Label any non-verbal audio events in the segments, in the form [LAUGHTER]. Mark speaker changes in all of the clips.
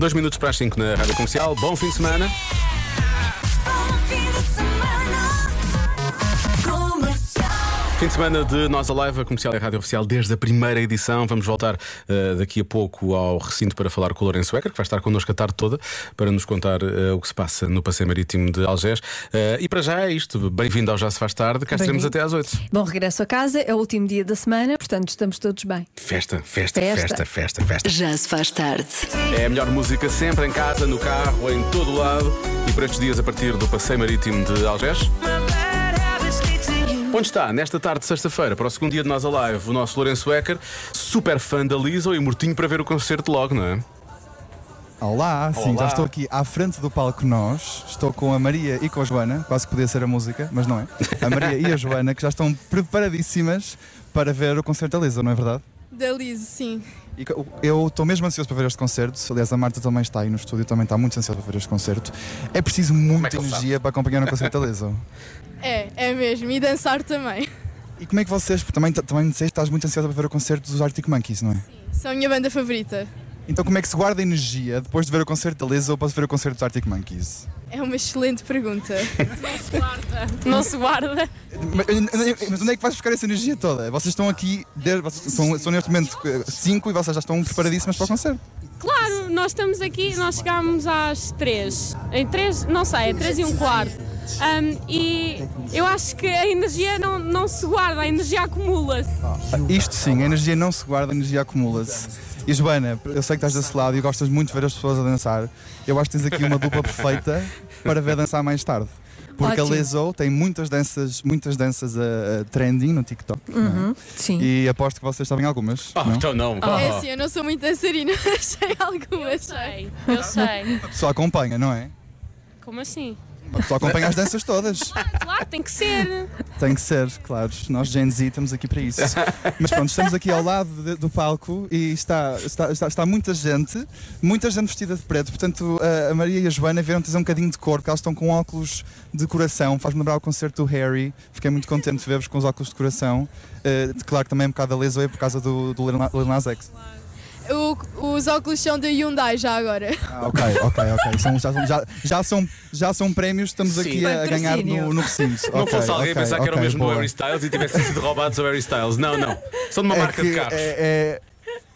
Speaker 1: Dois minutos para as 5 na Rádio Comercial. Bom fim de semana. Fim de semana de Nós Alive, a comercial da Rádio Oficial, desde a primeira edição. Vamos voltar eh, daqui a pouco ao recinto para falar com o Lourenço Ecker, que vai estar connosco a tarde toda para nos contar eh, o que se passa no Passeio Marítimo de Algés. Eh, e para já é isto. Bem-vindo ao Já Se Faz Tarde, cá estaremos
Speaker 2: Bem-vindo.
Speaker 1: até às 8.
Speaker 2: Bom regresso a casa, é o último dia da semana, portanto estamos todos bem.
Speaker 1: Festa, festa, festa,
Speaker 2: Festa.
Speaker 1: festa, festa.
Speaker 3: Já se faz tarde.
Speaker 1: É a melhor música sempre em casa, no carro, em todo o lado. E por estes dias, a partir do Passeio Marítimo de Algés. Onde está, nesta tarde de sexta-feira, para o segundo dia de Nós Alive, o nosso Lourenço Ecker, super fã da Lisa e mortinho para ver o concerto logo, não é?
Speaker 4: Olá, sim,
Speaker 1: Olá.
Speaker 4: já estou aqui à frente do palco nós. Estou com a Maria e com a Joana, quase que podia ser a música, mas não é. A Maria e a
Speaker 1: [LAUGHS]
Speaker 4: Joana que já estão preparadíssimas para ver o concerto da Lisa, não é verdade?
Speaker 5: Da Liz, sim.
Speaker 4: E co- Eu estou mesmo ansioso para ver este concerto. Aliás, a Marta também está aí no estúdio, também está muito ansiosa para ver este concerto. É preciso muita
Speaker 1: ele
Speaker 4: energia para acompanhar o concerto da Lisa.
Speaker 5: É, é mesmo. E dançar também.
Speaker 4: E como é que vocês, porque também, também disseste que estás muito ansiosa para ver o concerto dos Arctic Monkeys, não é?
Speaker 5: São a minha banda favorita.
Speaker 4: Então como é que se guarda energia depois de ver o concerto da Lisa ou posso ver o concerto dos Arctic Monkeys?
Speaker 5: É uma excelente pergunta. É
Speaker 6: Não se guarda.
Speaker 4: Mas, mas onde é que vais buscar essa energia toda? Vocês estão aqui, de- vocês são, são neste momento 5 e vocês já estão preparadíssimas para o concerto.
Speaker 6: Claro, nós estamos aqui, nós chegámos às três. Em três, não sei, é três e um quarto. Ahm, e eu acho que a energia não, não se guarda, a energia acumula-se.
Speaker 4: Isto sim, a energia não se guarda, a energia acumula-se. E Joana, eu sei que estás desse lado e gostas muito de ver as pessoas a dançar. Eu acho que tens aqui uma dupla perfeita para ver dançar mais tarde. Porque
Speaker 2: Ótimo.
Speaker 4: a Leso tem muitas danças, muitas danças a, a trending no TikTok.
Speaker 2: Uhum.
Speaker 4: não é?
Speaker 2: Sim.
Speaker 4: E aposto que vocês sabem algumas.
Speaker 1: Ah,
Speaker 4: não?
Speaker 1: então não.
Speaker 5: É assim, eu não sou muito dançarina, [LAUGHS] mas sei algumas.
Speaker 6: Sei, eu sei.
Speaker 4: A pessoa acompanha, não é?
Speaker 6: Como assim?
Speaker 4: A pessoa acompanha as danças todas.
Speaker 6: Claro, tem que ser.
Speaker 4: Tem que ser, claro. Nós Gen Z estamos aqui para isso. Mas pronto, estamos aqui ao lado de- do palco e está, está, está, está muita gente, muita gente vestida de preto. Portanto, a, a Maria e a Joana vieram trazer um bocadinho de cor, porque elas estão com óculos de coração. Faz-me lembrar o concerto do Harry. Fiquei muito contente de ver-vos com os óculos de coração. Eh, claro que também é um bocado a leso aí por causa do, do Lil Na- Lil Nas X.
Speaker 5: O- os óculos são da Hyundai já agora.
Speaker 4: Ah, ok, ok, ok. São- já, são, já, já são, já são prémios, estamos
Speaker 1: Sim.
Speaker 4: aqui a, ganhar
Speaker 2: Patrocínio.
Speaker 4: no, no recinto.
Speaker 1: Não
Speaker 4: Ok,
Speaker 1: fosse alguém
Speaker 4: ok,
Speaker 1: pensar que era o
Speaker 4: ok,
Speaker 1: mesmo do
Speaker 4: boa.
Speaker 1: Harry Styles e tivessem sido roubados ao Harry Styles. Não, não. São de uma
Speaker 4: É
Speaker 1: marca
Speaker 4: que
Speaker 1: de carros.
Speaker 4: É, é,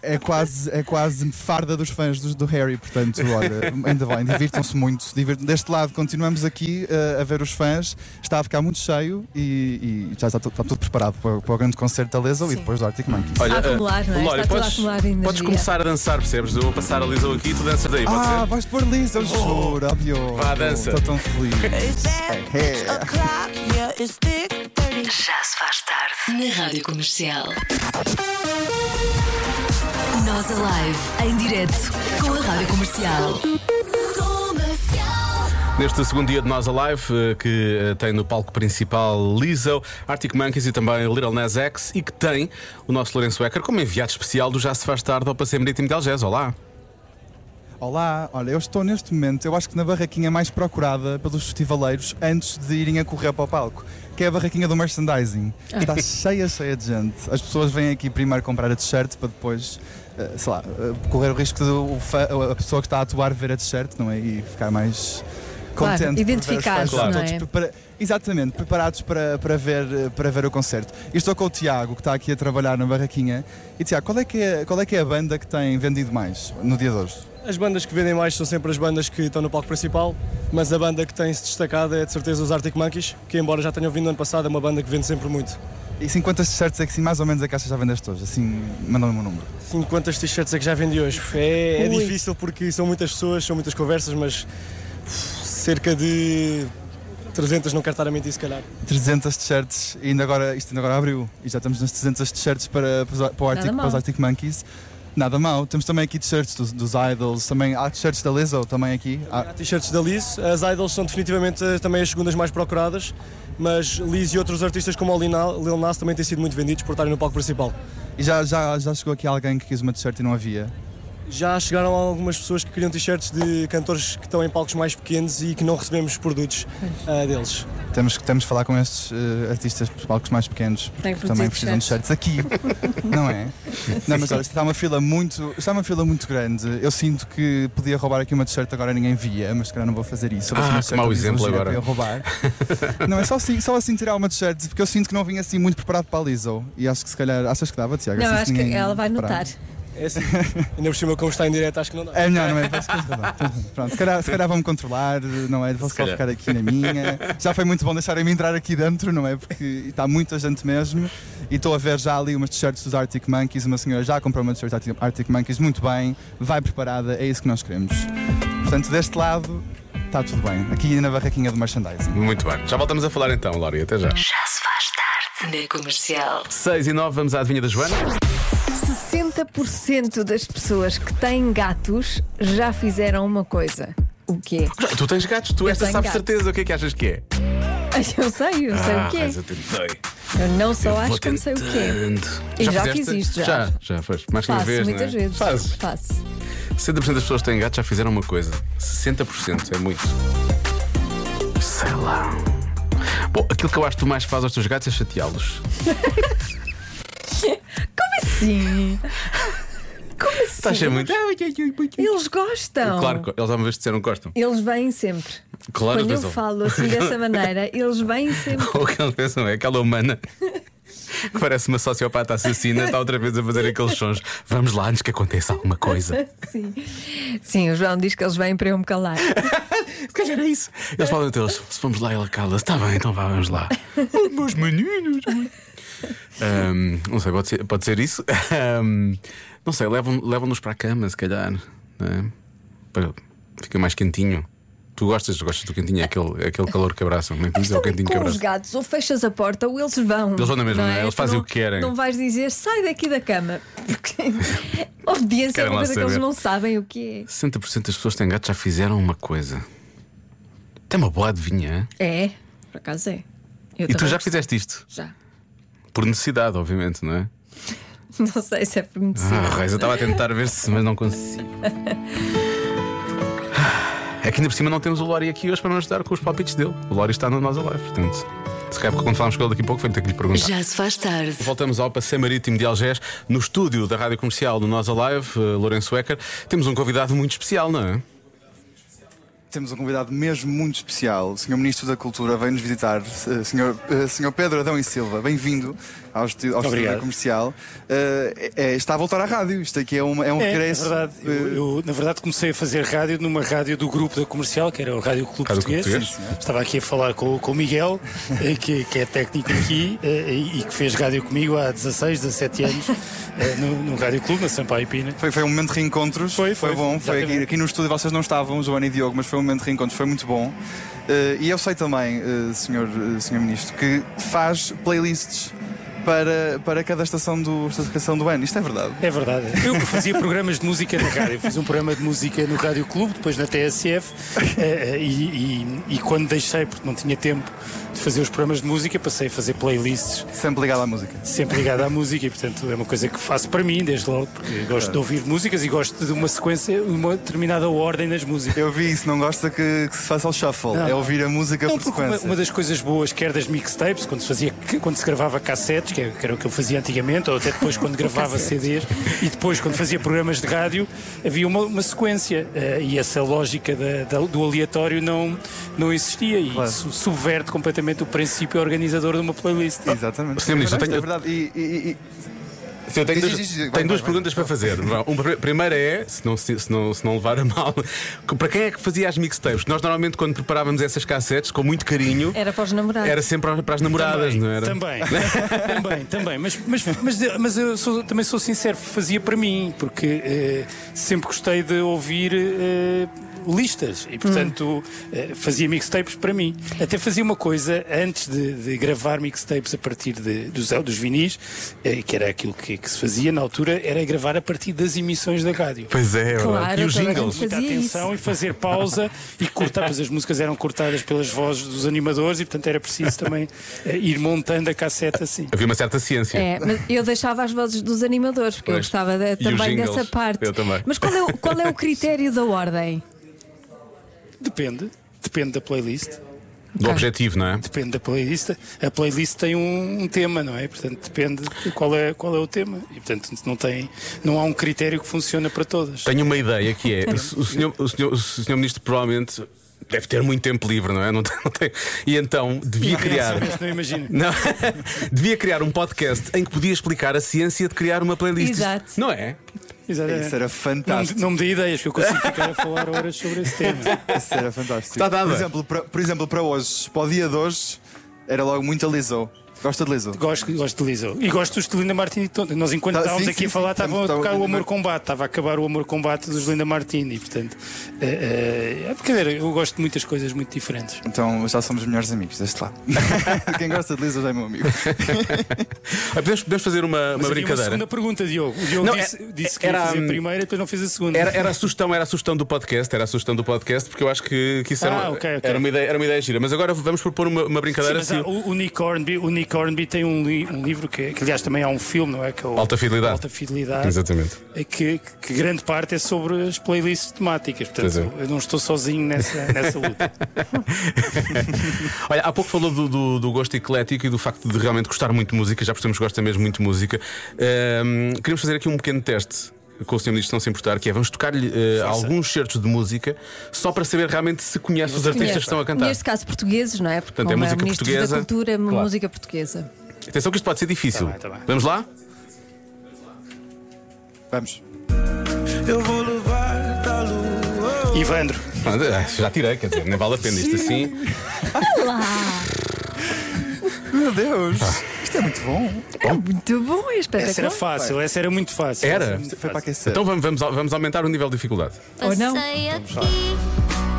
Speaker 4: é quase, é quase farda dos fãs do, do Harry, portanto, olha, ainda bem, divirtam-se muito. divirtam- Deste lado, continuamos aqui eh, a ver os fãs, está a ficar muito cheio e, e já está, tu- está tudo preparado para, para o grande concerto da Lesa e
Speaker 2: Sim.
Speaker 4: depois do Arctic Monkeys.
Speaker 1: Olha,
Speaker 2: A acumular, não é?
Speaker 1: eh,
Speaker 2: Está
Speaker 1: Lória,
Speaker 2: tudo a
Speaker 1: podes,
Speaker 2: acumular energia.
Speaker 1: podes começar a dançar, percebes? Eu vou passar a Lisa aqui e tu danças daí, pode
Speaker 4: Ah,
Speaker 1: ser?
Speaker 4: vais pôr Lisa, eu juro, óbvio.
Speaker 1: Oh, Vá à dança.
Speaker 4: Estou tão feliz. É,
Speaker 3: Já se faz tarde. Na Rádio Comercial. Nós Alive, em direto com a Rádio Comercial.
Speaker 1: Neste segundo dia de Nós Alive, eh, que eh, tem no palco principal Lizzo, Arctic Monkeys e também Little Nas X, e que tem o nosso Lourenço Ecker como enviado especial do Já Se Faz Tarde ao Passeio Marítimo de Algés. Olá!
Speaker 4: Olá, olha, eu estou neste momento, eu acho que na barraquinha mais procurada pelos festivaleiros antes de irem a correr para o palco, que é a barraquinha do merchandising. que
Speaker 2: Ah.
Speaker 4: Está cheia, cheia de gente. As pessoas vêm aqui primeiro comprar a t-shirt para depois, eh, sei lá, eh, correr o risco de o fã- a pessoa que está a atuar ver a t-shirt, não é? E ficar mais.
Speaker 2: Claro,
Speaker 4: contente por ver os
Speaker 2: identificar-se,
Speaker 4: fãs
Speaker 2: não
Speaker 4: todos
Speaker 2: é?
Speaker 4: prepara- Exatamente, preparados para, para, ver, eh, para ver o concerto. E estou com o Tiago, que está aqui a trabalhar na barraquinha. E Tiago, qual é, que é, qual é que é a banda que tem vendido mais no dia de hoje?
Speaker 7: As bandas que vendem mais são sempre as bandas que estão no palco principal, mas a banda que tem-se destacado é de certeza os Arctic Monkeys, que embora já tenham vindo no ano passado, é uma banda que vende sempre muito.
Speaker 4: E 50 t-shirts é que sim, mais ou menos a caixa já vendeste hoje, assim, manda-me um número.
Speaker 7: Sim, quantas t-shirts é que já vendi hoje? É, é
Speaker 2: Ui.
Speaker 7: difícil porque são muitas pessoas, são muitas conversas, mas uf, cerca de 300, não quero estar a mentir se calhar.
Speaker 4: 300 t-shirts, e ainda agora, isto ainda agora abriu, e já estamos nas 300 t-shirts para, para, os- para o Arctic,
Speaker 2: Nada
Speaker 4: para os
Speaker 2: mal.
Speaker 4: Arctic Monkeys. Nada mal, temos também aqui t-shirts dos, dos Idols, também há t-shirts da Lizzo também aqui. Ah, Há-
Speaker 7: Há t-shirts da Liz, as Idols são definitivamente eh, também as segundas mais procuradas, mas Liz e outros artistas como o Lil Na- Lil Nas também têm sido muito vendidos por estarem no palco principal.
Speaker 4: e já, já, já chegou aqui alguém que quis uma t-shirt e não havia.
Speaker 7: já chegaram algumas pessoas que queriam t-shirts de cantores que estão em palcos mais pequenos e que não recebemos produtos ah, deles.
Speaker 4: Temos que temos de falar com estes eh, artistas dos palcos mais pequenos, porque
Speaker 2: Tem que
Speaker 4: também
Speaker 2: produzir
Speaker 4: precisam de shirts aqui, não
Speaker 1: [LAUGHS]
Speaker 4: é? Não, mas olha, isto está uma fila muito, está uma fila muito grande. Eu sinto que podia roubar aqui uma t-shirt agora ninguém via, mas se calhar não vou fazer isso. Eu vou
Speaker 1: Ah,
Speaker 4: fazer uma t-shirt
Speaker 1: que mau
Speaker 4: da
Speaker 1: exemplo
Speaker 4: Lisão Gira
Speaker 1: agora.
Speaker 4: para eu roubar. não, é só assim, só assim tirar uma t-shirt, porque eu sinto que não vim assim muito preparado para a Lizzo. E acho que se calhar, achas que dava, Tiago?
Speaker 2: Não,
Speaker 4: Assim, se
Speaker 2: acho que
Speaker 4: ninguém
Speaker 2: ela vai
Speaker 4: reparar.
Speaker 2: notar.
Speaker 8: [LAUGHS]
Speaker 7: É assim. Ainda por cima, como está em direto, acho que não dá.
Speaker 4: É melhor, não é? Acho que tens razão, tens razão. [LAUGHS] Pronto, se calhar, se calhar vão-me controlar, não é? Vou só
Speaker 1: calhar.
Speaker 4: ficar aqui na minha. Já foi muito bom deixarem-me entrar aqui dentro, não é? Porque está muita gente mesmo. E estou a ver já ali umas t-shirts dos Arctic Monkeys. Uma senhora já comprou uma t-shirt Arctic- Arctic Monkeys, muito bem, vai preparada, é isso que nós queremos. Portanto, deste lado está tudo bem. Aqui na barraquinha do merchandising.
Speaker 1: Muito bem. Já voltamos a falar então, Laura, e até já.
Speaker 3: Já se faz tarde na comercial.
Speaker 1: 6 e 9, vamos à adivinha da Joana.
Speaker 2: 60% das pessoas que têm gatos já fizeram uma coisa. O quê? [LAUGHS]
Speaker 1: Tu tens gatos, tu esta
Speaker 2: tenho
Speaker 1: sabes
Speaker 2: gatos.
Speaker 1: certeza o que é que achas que é? Ah,
Speaker 2: Eu sei, eu sei o que
Speaker 1: mas
Speaker 2: é.
Speaker 1: eu tentei.
Speaker 2: Eu não só
Speaker 1: Eu
Speaker 2: acho
Speaker 1: vou
Speaker 2: que eu sei o que é.
Speaker 1: tentando.
Speaker 2: E já
Speaker 1: fizeste?
Speaker 2: fiz isto, já.
Speaker 1: Já, já faz. Mais que uma
Speaker 2: Faço
Speaker 1: vez. não é?
Speaker 2: muitas vezes.
Speaker 1: Fazes.
Speaker 2: Faço.
Speaker 1: 60% das pessoas que têm gatos já fizeram uma coisa. 60% é muito. Sei lá. Bom, aquilo que eu acho que tu mais fazes aos teus gatos é chateá-los.
Speaker 2: Sim. Como assim?
Speaker 1: Estás a ser muito. É,
Speaker 2: Eles gostam.
Speaker 1: Tá Claro, que eles alguma vez disseram que gostam.
Speaker 2: Eles vêm sempre.
Speaker 1: Claro,
Speaker 2: Quando eu
Speaker 1: Luísa.
Speaker 2: falo assim
Speaker 1: [LAUGHS]
Speaker 2: dessa maneira, eles vêm sempre.
Speaker 1: Ou o que eles pensam é aquela humana que parece uma sociopata assassina, está outra vez a fazer aqueles sons. Vamos lá antes que aconteça alguma coisa.
Speaker 2: Sim. assim. Sim, o João diz que eles vêm para eu me calar.
Speaker 1: [LAUGHS] Se calhar é isso. Eles falam entre eles: se vamos lá, ela cala-se. Está bem, então vá, vamos lá. Os meus meninos. Ahm, não sei, pode ser, pode ser isso. Ahm, não sei, levam- levam-nos para a cama, se calhar. não é? Para- Fica mais quentinho. Tu gostas, gostas do quentinho, é aquele, é aquele calor que abraçam. Como é que diz? É o quentinho que
Speaker 2: Com os
Speaker 1: abraçam.
Speaker 2: gatos, ou fechas a porta ou eles vão.
Speaker 1: Eles vão na mesma,
Speaker 2: não
Speaker 1: não é? Eles
Speaker 2: Tu
Speaker 1: fazem
Speaker 2: não-
Speaker 1: o que querem.
Speaker 2: Não vais dizer sai daqui da cama.
Speaker 1: [LAUGHS]
Speaker 2: Porque obediência é
Speaker 1: Querem lá
Speaker 2: uma coisa que eles
Speaker 1: saber.
Speaker 2: não sabem o que
Speaker 1: 60% das pessoas que têm gato já fizeram uma coisa. Tem uma boa adivinha. hein?
Speaker 2: é. É, por acaso é. Eu
Speaker 1: E tu
Speaker 2: também
Speaker 1: já
Speaker 2: gosto.
Speaker 1: fizeste isto?
Speaker 2: Já. [LAUGHS]
Speaker 1: Por necessidade, obviamente, não é?
Speaker 2: Não sei se é por
Speaker 1: Ah,
Speaker 2: medicina.
Speaker 1: raiz, eu estava a tentar ver se, mas
Speaker 2: [LAUGHS]
Speaker 1: não consigo. É que ainda por cima não temos o Lori aqui hoje para nos ajudar com os palpites dele. O Lori está no Nós Alive, portanto. Se calhar, porque quando falarmos com ele daqui a pouco, vamos ter que lhe perguntar.
Speaker 3: Já se faz tarde.
Speaker 1: Voltamos ao Passeio Marítimo de Algés, no estúdio da Rádio Comercial do Nós Alive, eh, Lourenço Ecker. Temos um convidado muito especial, não é?
Speaker 4: Temos um convidado mesmo muito especial. O Sr. Ministro da Cultura vem nos visitar, eh, Sr. eh, Sr. Pedro Adão e Silva. Bem-vindo ao estúdio, ao estúdio da
Speaker 9: Obrigado.
Speaker 4: comercial. Eh, é- está a voltar à rádio. Isto aqui é um, é um
Speaker 9: É,
Speaker 4: regresso.
Speaker 9: na verdade,
Speaker 4: eh,
Speaker 9: eu, eu, na verdade comecei a fazer rádio numa rádio do grupo da comercial, que era o Rádio Clube
Speaker 1: Rádio Clube
Speaker 9: Português. Estava aqui a falar com, com o Miguel, eh, que, que é técnico aqui eh, e e que fez rádio comigo há 16, 17 anos, eh, no, no Rádio Clube, na Sampaio e Pina.
Speaker 4: Foi, foi um momento de reencontros.
Speaker 9: Foi, foi,
Speaker 4: bom. Foi aqui,
Speaker 9: exatamente.
Speaker 4: aqui no estúdio vocês não estavam, Joana e Diogo, mas foi um momento de reencontros, foi muito bom. Eh, e eu sei também, eh, senhor, eh, senhor Ministro, que faz playlists para, para cada estação do, estação do ano. Isto é verdade.
Speaker 9: É verdade. Eu que fazia programas de música na rádio. Fiz um programa de música no Rádio Clube, depois na TSF. eh, eh, E, e- e quando deixei, porque não tinha tempo de fazer os programas de música, passei a fazer playlists
Speaker 4: Sempre ligado à música.
Speaker 9: sempre ligado à música e portanto é uma coisa que faço para mim desde logo porque gosto de ouvir músicas e gosto de uma sequência uma determinada ordem nas músicas
Speaker 4: Eu vi isso, não gosta que, que se faça o shuffle.
Speaker 9: Não.
Speaker 4: É ouvir a música
Speaker 9: não,
Speaker 4: por
Speaker 9: porque uma,
Speaker 4: sequência.
Speaker 9: uma das coisas boas, quer das mixtapes, quando se, fazia, quando se gravava cassetes, que era que era o que eu fazia antigamente, ou até
Speaker 4: [LAUGHS]
Speaker 9: depois quando gravava CDs, e depois quando fazia programas de rádio, havia uma, uma sequência. eh, e essa lógica da- da- do aleatório não, não existia. E
Speaker 4: Claro.
Speaker 9: isso subverte completamente o princípio organizador de uma playlist.
Speaker 4: Exatamente.
Speaker 1: Senhor Ministro,
Speaker 4: é
Speaker 1: eu tenho-
Speaker 4: verdade, é verdade. E- e- e-
Speaker 1: Sim, eu tenho
Speaker 4: Diz,
Speaker 1: duas,
Speaker 4: diz, diz, vai,
Speaker 1: tenho duas
Speaker 4: vai,
Speaker 1: perguntas para [LAUGHS] fazer. Vá, Uma, pri- primeira é, se não, se, se não, se não levar a mal, [LAUGHS] que- para quem é que fazia as mixtapes? Nós normalmente, quando preparávamos essas cassetes, com muito carinho,
Speaker 2: Era para os namorados.
Speaker 1: era sempre para as namoradas,
Speaker 9: também,
Speaker 1: não era?
Speaker 9: Também, também, também. Mas, mas, mas, mas eu sou- também sou sincero, fazia para mim, porque eh, sempre gostei de ouvir eh, listas e, portanto,
Speaker 1: Hum.
Speaker 9: eh, fazia mixtapes para mim. Até fazia uma coisa antes de, de gravar mixtapes a partir de- dos, dos vinis, eh, que era aquilo que, que se fazia na altura era gravar a partir das emissões da rádio.
Speaker 1: [LAUGHS] Pois é, é verdade.
Speaker 2: Claro,
Speaker 1: e os
Speaker 2: toda a
Speaker 1: jingles.
Speaker 2: gente
Speaker 9: muita
Speaker 2: Fazia
Speaker 9: atenção e fazer pausa e cortar, pois as músicas eram cortadas pelas vozes dos animadores e portanto era preciso também eh, ir montando a cassete assim.
Speaker 1: Havia uma certa ciência.
Speaker 2: É, mas eu deixava as vozes dos animadores, porque eu
Speaker 1: Pois.
Speaker 2: gostava de-
Speaker 1: E os
Speaker 2: também
Speaker 1: jingles.
Speaker 2: dessa parte.
Speaker 1: Eu também.
Speaker 2: Mas qual é, o, qual é o critério da
Speaker 1: [LAUGHS]
Speaker 2: ordem?
Speaker 9: Depende, depende da playlist.
Speaker 2: tá.
Speaker 1: Do objetivo, não é?
Speaker 9: Depende da playlist. A playlist tem um, um tema, não é? Portanto, depende de qual é, qual é o tema. E portanto não, tem, não há um critério que funciona para todas.
Speaker 1: Tenho uma ideia que é: o senhor, o senhor- o senhor Ministro provavelmente deve ter muito tempo livre, não é? Não tem, não tem- E então devia criar.
Speaker 9: Mas não imagino.
Speaker 1: [LAUGHS] Não, devia criar um podcast em que podia explicar a ciência de criar uma playlist.
Speaker 2: Exato.
Speaker 1: Isso- Não é?
Speaker 9: Exatamente.
Speaker 4: Isso era
Speaker 9: Não, me-
Speaker 4: fantástico.
Speaker 9: não me dê ideias, que eu consigo ficar a falar horas sobre esse tema.
Speaker 4: Isso era fantástico.
Speaker 1: Está dada.
Speaker 4: Por exemplo, para, por exemplo, para hoje, para o dia de hoje, era logo muito a Lizzo. Gosta de Lizzo?
Speaker 9: Gosto, gosto de Lizzo. E gosto dos de Linda Martini. todo. Nós, enquanto
Speaker 4: Tá,
Speaker 9: estávamos
Speaker 4: sim,
Speaker 9: aqui
Speaker 4: sim,
Speaker 9: a falar,
Speaker 4: sim,
Speaker 9: estavam a
Speaker 4: estamos-
Speaker 9: tocar o
Speaker 4: estamos-
Speaker 9: Amor Combate. Estava a acabar o Amor Combate dos Linda Martini. Portanto, eh, eh, é, quer dizer, eu gosto de muitas coisas muito diferentes.
Speaker 4: Então já somos melhores amigos deste lado. [LAUGHS] Quem gosta de Lizzo já é meu amigo.
Speaker 1: Ah, Podemos, podemos fazer uma, uma
Speaker 9: Mas havia
Speaker 1: brincadeira.
Speaker 9: segunda pergunta, Diogo. O Diogo
Speaker 1: Não,
Speaker 9: disse,
Speaker 1: é-
Speaker 9: disse que
Speaker 1: era,
Speaker 9: ia fazer
Speaker 1: hum,
Speaker 9: a primeira e depois não fez a segunda.
Speaker 1: Era, era a sugestão, era a sugestão do podcast, era a sugestão do podcast, porque eu acho que, que isso era,
Speaker 9: Ah, ok, ok.
Speaker 1: era uma ideia, era uma ideia gira. Mas agora vamos propor uma, uma
Speaker 9: Sim,
Speaker 1: brincadeira
Speaker 9: mas há-
Speaker 1: assim.
Speaker 9: o, o Nick Hornby, o Nick Hornby tem um, li- um livro que, que, aliás, também há um filme, não é? Que é o-
Speaker 1: Alta Fidelidade.
Speaker 9: Alta Fidelidade.
Speaker 1: Exatamente.
Speaker 9: é que, que grande parte é sobre as playlists temáticas.
Speaker 1: Pois é.
Speaker 9: Portanto, eu não estou sozinho nessa,
Speaker 1: [LAUGHS]
Speaker 9: nessa luta.
Speaker 1: Olha, há pouco falou do, do- do gosto eclético e do facto de realmente gostar muito de música, já percebemos que gosta mesmo muito de música. Ahm, queremos fazer aqui um pequeno teste com o Sr. Ministro, se não se importar, que é vamos tocar-lhe eh, alguns certos de música só para saber realmente se conhece os artistas que estão a cantar.
Speaker 2: Neste caso, portugueses, não é? Porque
Speaker 1: Portanto, é
Speaker 2: como
Speaker 1: música
Speaker 2: ministro
Speaker 1: portuguesa.
Speaker 2: da cultura,
Speaker 1: Claro.
Speaker 2: música portuguesa.
Speaker 1: Atenção que isto pode ser difícil.
Speaker 9: Tá bem, tá bem.
Speaker 1: Vamos lá?
Speaker 4: Vamos.
Speaker 9: Ivandro,
Speaker 1: Pronto, ah, já tirei, quer dizer, nem vale a pena isto assim.
Speaker 4: Meu Deus, isto é muito bom.
Speaker 2: Muito bom, é
Speaker 9: essa era
Speaker 2: espetacular.
Speaker 9: fácil, essa era muito fácil.
Speaker 1: Era?
Speaker 4: Foi para aquecer.
Speaker 1: Então vamos, vamos, vamos aumentar o nível de dificuldade.
Speaker 2: Ou não?
Speaker 10: Passei aqui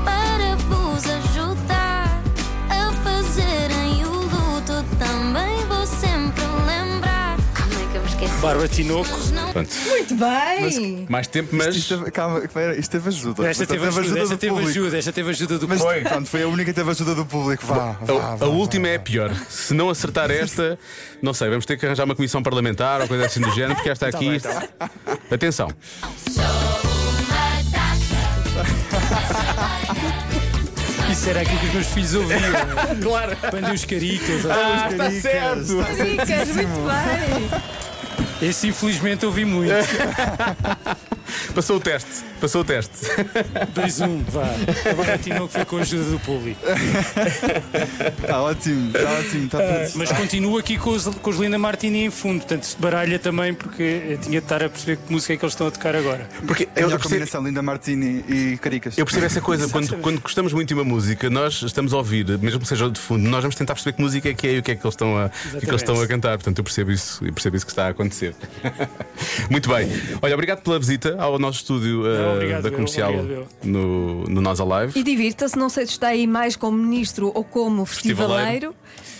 Speaker 10: para vos ajudar a fazerem o luto. Também vou sempre lembrar. Como é que eu me esqueci?
Speaker 9: Bárbara Tinoco.
Speaker 10: Mas não
Speaker 1: Pronto,
Speaker 2: Muito bem!
Speaker 1: mais tempo, mas.
Speaker 4: Isto teve, calma, espera, isto teve ajuda.
Speaker 9: Esta teve ajuda, esta
Speaker 4: do
Speaker 9: teve
Speaker 4: público.
Speaker 9: ajuda, esta teve ajuda do
Speaker 4: Mas
Speaker 9: público.
Speaker 4: pronto, foi a única que teve ajuda do público. Vá,
Speaker 9: Ah,
Speaker 4: vá,
Speaker 1: A,
Speaker 4: Ah, vá,
Speaker 1: a última é a pior. Se não acertar esta, não sei, vamos ter que arranjar uma comissão parlamentar ou coisa assim do género, porque esta aqui. Atenção.
Speaker 9: Isso era aquilo que os meus
Speaker 4: [LAUGHS]
Speaker 9: filhos ouviam. claro. Quando os caricas.
Speaker 1: Ah, está certo!
Speaker 6: é
Speaker 2: Ricas, muito bem!
Speaker 9: Esse, infelizmente, ouvi muito.
Speaker 1: Passou o teste, passou o teste.
Speaker 9: 2-1, vá. A Bárbara Tinoco foi com a ajuda do público.
Speaker 4: Está Tá ótimo, está ótimo, está tudo.
Speaker 9: Mas continuo aqui com os, com os Linda Martini em fundo, portanto se baralha também, porque eu tinha de estar a perceber que música é que eles estão a tocar agora.
Speaker 1: Porque
Speaker 4: É a
Speaker 1: eu
Speaker 4: melhor
Speaker 1: percebo,
Speaker 4: combinação, Linda Martini e Caricas.
Speaker 1: eu percebo essa coisa, quando, quando gostamos muito de uma música, nós estamos a ouvir, mesmo que seja de fundo, nós vamos tentar perceber que música é que é e o que é que eles estão a, o que é que eles estão a cantar. Portanto, eu percebo isso e percebo isso que está a acontecer. [LAUGHS] muito bem. Olha, obrigado pela visita ao nosso estúdio eh,
Speaker 9: Não, obrigado
Speaker 1: da
Speaker 9: eu,
Speaker 1: comercial
Speaker 9: obrigado
Speaker 1: no, no Nós Alive.
Speaker 2: E divirta-se, não sei se está aí mais como ministro ou como festivaleiro,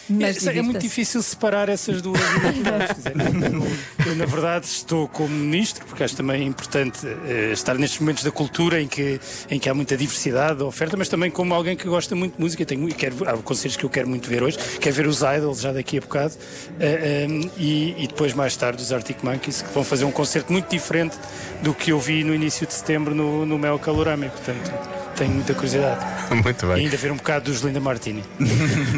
Speaker 1: Festivaleiro.
Speaker 2: mas
Speaker 9: é, é muito
Speaker 2: divirta-se.
Speaker 9: difícil separar essas duas identidades. quer dizer, eu, eu, na verdade, estou como ministro, porque acho também importante eh, estar nestes momentos da cultura em que, em que há muita diversidade da oferta, mas também como alguém que gosta muito de música. Eu Tenho, e quero, há concertos que eu quero muito ver hoje. Quero ver os Idols já daqui a bocado. eh, eh, e, e depois, mais tarde, os Arctic Monkeys, que vão fazer um concerto muito diferente do que eu vi no início de setembro no, no Mel Calorama. E, Portanto, tenho muita curiosidade.
Speaker 1: [LAUGHS] Muito
Speaker 9: E
Speaker 1: bem.
Speaker 9: ainda ver um bocado dos Linda Martini.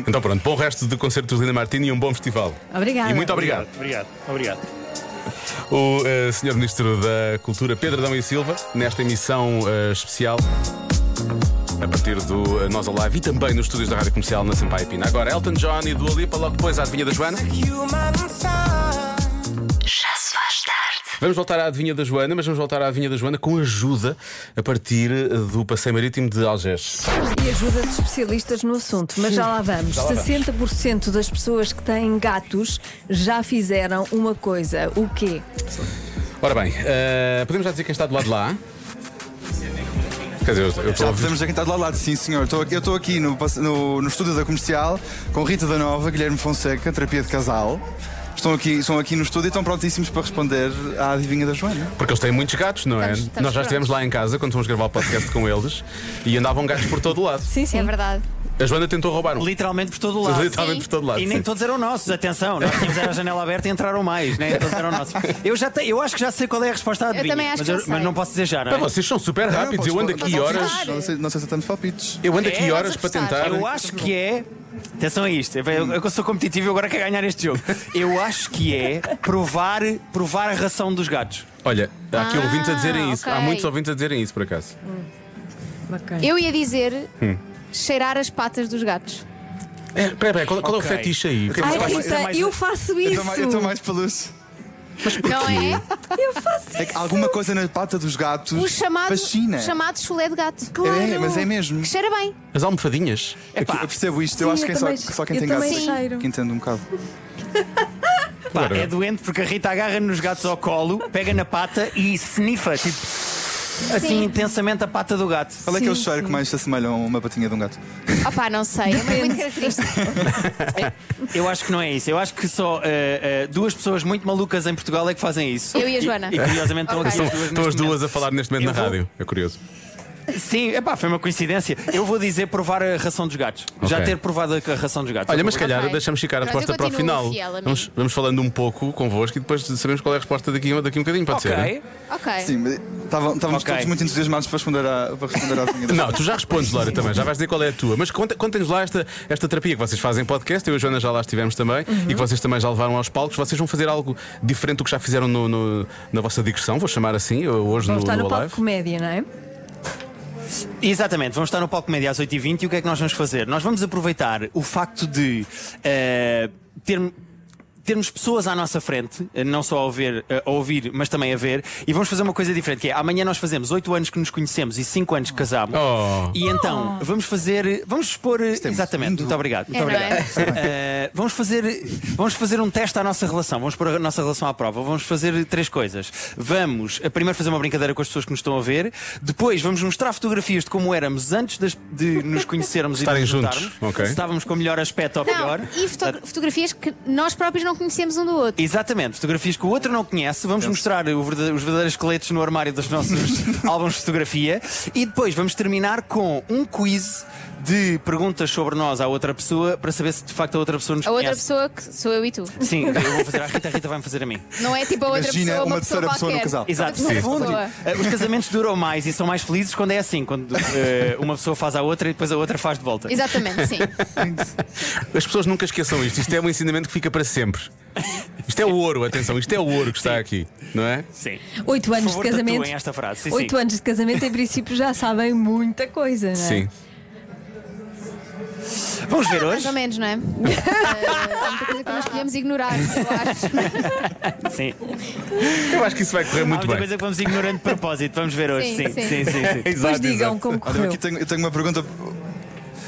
Speaker 1: Então pronto, bom resto de concerto dos Linda Martini e um bom festival.
Speaker 2: Obrigada.
Speaker 1: E muito obrigado.
Speaker 9: Obrigado. Obrigado.
Speaker 1: O eh, Sr. Ministro da Cultura, Pedro Adão e Silva, nesta emissão eh, especial. A partir do eh, Nós Alive e também nos estúdios da Rádio Comercial na Sampaio Pina. Agora Elton John e Dua Lipa, logo depois à Adivinha da Joana.
Speaker 3: Já se faz tarde.
Speaker 1: Vamos voltar à Adivinha da Joana, mas vamos voltar à Adivinha da Joana com ajuda a partir eh, do Passeio Marítimo de Algés.
Speaker 2: E ajuda de especialistas no assunto, mas já lá vamos. 60% das pessoas que têm gatos já fizeram uma coisa. O quê?
Speaker 1: Ora bem, eh, podemos já dizer quem está do lado de lá? Quer dizer, eu- eu estou a
Speaker 4: Já
Speaker 1: ouvir.
Speaker 4: podemos já cantar do lado de lado, sim senhor. Estou- eu estou aqui no, passe- no, no estúdio da comercial com Rita da Nova, Guilherme Fonseca, terapia de casal. estão aqui, estão aqui no estúdio e estão prontíssimos para responder à adivinha da Joana.
Speaker 1: Porque eles têm muitos gatos, não é?
Speaker 11: Estamos- estamos
Speaker 1: Nós já estivemos lá em casa quando fomos gravar o podcast com eles e andavam gatos por todo o lado.
Speaker 2: Sim, sim.
Speaker 11: É verdade.
Speaker 1: A Joana tentou roubar um.
Speaker 8: Literalmente por todo o lado.
Speaker 1: Literalmente por todo lado.
Speaker 8: E
Speaker 1: sim.
Speaker 8: nem todos eram nossos, atenção, nós tínhamos era a janela aberta e entraram mais, nem todos eram nossos. Eu, já te- eu acho que já sei qual é a resposta à adivinha,
Speaker 11: também acho
Speaker 8: mas,
Speaker 11: que eu sei.
Speaker 8: mas não posso dizer já, não
Speaker 1: Pá,
Speaker 8: é?
Speaker 1: vocês são super
Speaker 4: Não,
Speaker 1: rápidos, eu
Speaker 4: posso-
Speaker 1: ando
Speaker 4: posso-
Speaker 1: aqui horas.
Speaker 4: Não sei, não sei se estamos palpites.
Speaker 1: Eu ando aqui
Speaker 11: É,
Speaker 1: horas
Speaker 11: mas
Speaker 1: para
Speaker 11: apostar.
Speaker 1: tentar.
Speaker 8: Eu acho que é. Atenção a isto, eu, eu, eu sou competitivo e agora quero ganhar este jogo. Eu acho que é provar, provar a ração dos gatos.
Speaker 1: Olha, há aqui
Speaker 11: Ah,
Speaker 1: ouvintes a dizerem isso. Há
Speaker 11: ok.
Speaker 1: muitos ouvintes a dizerem isso, por acaso.
Speaker 2: Ok.
Speaker 11: Eu ia dizer cheirar as patas dos gatos.
Speaker 1: É, peraí, peraí, qual, qual é o
Speaker 8: Ok.
Speaker 1: fetiche aí? O que é que
Speaker 2: Ai,
Speaker 1: se faz?
Speaker 8: mais-
Speaker 2: Rita,
Speaker 8: é mais-
Speaker 2: eu faço
Speaker 4: Eu
Speaker 2: isso.
Speaker 4: estou mais- eu estou mais pelos.
Speaker 11: Não é?
Speaker 2: Eu faço
Speaker 4: É que alguma coisa na pata dos gatos
Speaker 11: O chamado,
Speaker 4: fascina.
Speaker 11: o chamado chulé de gato.
Speaker 4: É, mas é mesmo.
Speaker 11: Que cheira bem.
Speaker 1: As almofadinhas.
Speaker 4: É Eu eu percebo isto, eu
Speaker 2: Sim,
Speaker 4: acho que
Speaker 2: eu
Speaker 4: é só,
Speaker 2: também-
Speaker 4: só quem
Speaker 2: eu
Speaker 4: tem
Speaker 2: também
Speaker 4: gatos
Speaker 2: cheiro.
Speaker 4: que entende um bocado.
Speaker 8: Pá,
Speaker 1: Agora-
Speaker 8: é doente porque a Rita agarra nos gatos ao colo, pega na pata e sniffa, tipo, assim
Speaker 11: Sim.
Speaker 8: intensamente a pata do gato.
Speaker 4: Qual é que é o
Speaker 2: Sim,
Speaker 4: cheiro que
Speaker 2: sim.
Speaker 4: mais se assemelha a uma patinha de um gato?
Speaker 11: Opá, não sei. É
Speaker 2: [LAUGHS]
Speaker 11: muito característico.
Speaker 8: Eu acho que não é isso. Eu acho que só eh, eh, duas pessoas muito malucas em Portugal é que fazem isso.
Speaker 11: Eu e a Joana.
Speaker 8: E, curiosamente estão
Speaker 11: Ok.
Speaker 8: aqui
Speaker 11: São-
Speaker 8: as duas.
Speaker 1: Estão
Speaker 8: neste
Speaker 1: as duas a
Speaker 8: momento.
Speaker 1: falar neste momento
Speaker 8: Eu
Speaker 1: na
Speaker 8: vou-
Speaker 1: rádio. É curioso.
Speaker 8: Sim, epá, foi uma coincidência. Eu vou dizer provar a ração dos gatos. Já
Speaker 1: Ok.
Speaker 8: ter provado a ração dos gatos.
Speaker 1: Olha, mas se calhar
Speaker 11: Ok.
Speaker 1: deixamos ficar a
Speaker 11: Pronto,
Speaker 1: resposta
Speaker 11: eu
Speaker 1: para o
Speaker 11: continuo
Speaker 1: final.
Speaker 11: fiel a mim.
Speaker 1: vamos, vamos falando um pouco convosco e depois sabemos qual é a resposta daqui, a- daqui a um bocadinho, pode
Speaker 8: Ok.
Speaker 1: ser? hein?
Speaker 11: Ok.
Speaker 4: Sim, mas estavam- estávamos
Speaker 8: Ok.
Speaker 4: todos muito entusiasmados para responder à, para responder à
Speaker 8: [LAUGHS]
Speaker 4: adivinha da
Speaker 1: Não, tu já respondes, Laura, também. Já vais dizer qual é a tua. Mas conta- conta-nos lá esta, esta terapia que vocês fazem em podcast. Eu e a Joana já lá estivemos também e que
Speaker 2: Uhum.
Speaker 1: vocês também já levaram aos palcos. Vocês vão fazer algo diferente do que já fizeram no- no- na vossa digressão, vou chamar assim, eu- hoje
Speaker 2: Vamos
Speaker 1: no,
Speaker 2: estar no palco
Speaker 1: Alive.
Speaker 2: de comédia, não é?
Speaker 8: Exatamente, vamos estar no palco média às 8h20 e o que é que nós vamos fazer? Nós vamos aproveitar o facto de eh, ter- Termos pessoas à nossa frente, eh, não só a ouvir, eh, a ouvir, mas também a ver, e vamos fazer uma coisa diferente, que é amanhã nós fazemos 8 anos que nos conhecemos e 5 anos que casámos,
Speaker 1: Oh.
Speaker 8: e então
Speaker 2: Ah.
Speaker 8: vamos fazer, eh, vamos expor. eh,
Speaker 4: é muito
Speaker 8: exatamente,
Speaker 4: lindo.
Speaker 8: muito obrigado. Muito
Speaker 11: É, não
Speaker 8: obrigado.
Speaker 11: é?
Speaker 8: Eh, vamos, fazer, vamos fazer um teste à nossa relação, vamos pôr a nossa relação à prova. Vamos fazer três coisas. Vamos eh, primeiro fazer uma brincadeira com as pessoas que nos estão a ver, depois vamos mostrar fotografias de como éramos antes das- de nos conhecermos [LAUGHS]
Speaker 1: Estarem
Speaker 8: e de nos
Speaker 1: juntos,
Speaker 8: juntarmos,
Speaker 1: ok.
Speaker 8: se estávamos com o melhor aspecto ou pior.
Speaker 11: Não, e foto- fotografias que nós próprios não conhecemos um do outro.
Speaker 8: Exatamente, fotografias que o outro não conhece. Vamos mostrar o verda- os verdadeiros esqueletos no armário dos [LAUGHS] nossos álbuns de fotografia e depois vamos terminar com um quiz de perguntas sobre nós à outra pessoa para saber se de facto a outra pessoa nos
Speaker 11: A outra
Speaker 8: conhece.
Speaker 11: pessoa que sou eu e tu.
Speaker 8: Sim, eu vou fazer à Rita, a Rita vai-me fazer a mim.
Speaker 11: Não é tipo a outra
Speaker 4: Imagina
Speaker 11: pessoa, uma,
Speaker 4: uma terceira pessoa no
Speaker 11: qualquer.
Speaker 4: casal.
Speaker 8: Exato,
Speaker 11: Uma
Speaker 8: no
Speaker 11: pessoa.
Speaker 8: fundo, eh, os casamentos duram mais e são mais felizes quando é assim, quando eh, uma pessoa faz à outra e depois a outra faz de volta.
Speaker 11: Exatamente, sim.
Speaker 1: As pessoas nunca esqueçam isto. Isto é um ensinamento que fica para sempre. Isto é o ouro, atenção, isto é o ouro que está aqui, não é?
Speaker 8: Sim.
Speaker 2: Oito
Speaker 8: Por
Speaker 2: anos
Speaker 8: favor,
Speaker 2: de casamento.
Speaker 8: tatuem esta frase. Sim,
Speaker 2: Oito
Speaker 8: sim.
Speaker 2: anos de casamento, em princípio, já sabem muita coisa, não é?
Speaker 1: Sim.
Speaker 8: Vamos ver
Speaker 11: Mais
Speaker 8: hoje?
Speaker 11: ou
Speaker 8: [LAUGHS]
Speaker 11: menos, não é? Eh, há muita coisa que nós podemos ignorar, eu acho.
Speaker 8: Sim.
Speaker 1: Eu acho que isso vai correr
Speaker 8: Há
Speaker 1: muito
Speaker 8: muita
Speaker 1: bem.
Speaker 8: coisa que vamos ignorando de propósito. Vamos ver hoje.
Speaker 11: Sim,
Speaker 8: Sim,
Speaker 11: sim.
Speaker 8: sim, sim. sim.
Speaker 2: Depois digam como
Speaker 4: Olha, eu
Speaker 2: correu.
Speaker 4: Então, aqui tenho, eu tenho uma pergunta.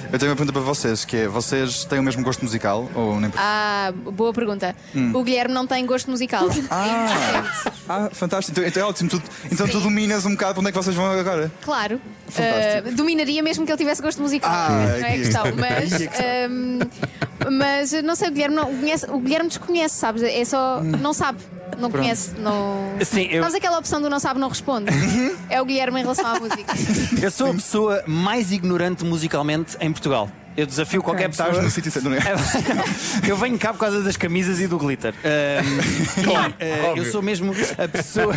Speaker 4: Eu tenho uma pergunta para vocês, que é, vocês têm o mesmo gosto musical? Ou nem...
Speaker 11: Ah, boa pergunta. O Guilherme não tem gosto musical.
Speaker 4: Hum. Ah, ah, fantástico. Então, então é ótimo. Tu, então tu dominas um bocado para onde é que vocês vão agora.
Speaker 11: Claro.
Speaker 4: Fantástico.
Speaker 11: Ah, dominaria mesmo que ele tivesse gosto musical.
Speaker 4: Ah,
Speaker 11: não é a
Speaker 4: aqui.
Speaker 11: questão. Mas, ah, mas não sei, o Guilherme, não, o conhece, o Guilherme desconhece, sabes? É só.
Speaker 4: Hum.
Speaker 11: Não sabe. Não conhece. Não...
Speaker 8: Sim, eu,
Speaker 11: Sabes aquela opção do não sabe, não responde?
Speaker 4: Uhum.
Speaker 11: é o Guilherme em relação à música.
Speaker 8: eu sou a pessoa mais ignorante musicalmente em Portugal. Eu desafio qualquer pessoa.
Speaker 4: Estás no sítio certo, não é?
Speaker 8: Eu venho cá por causa das camisas e do glitter. Ahm, e, ah, eu sou mesmo a pessoa,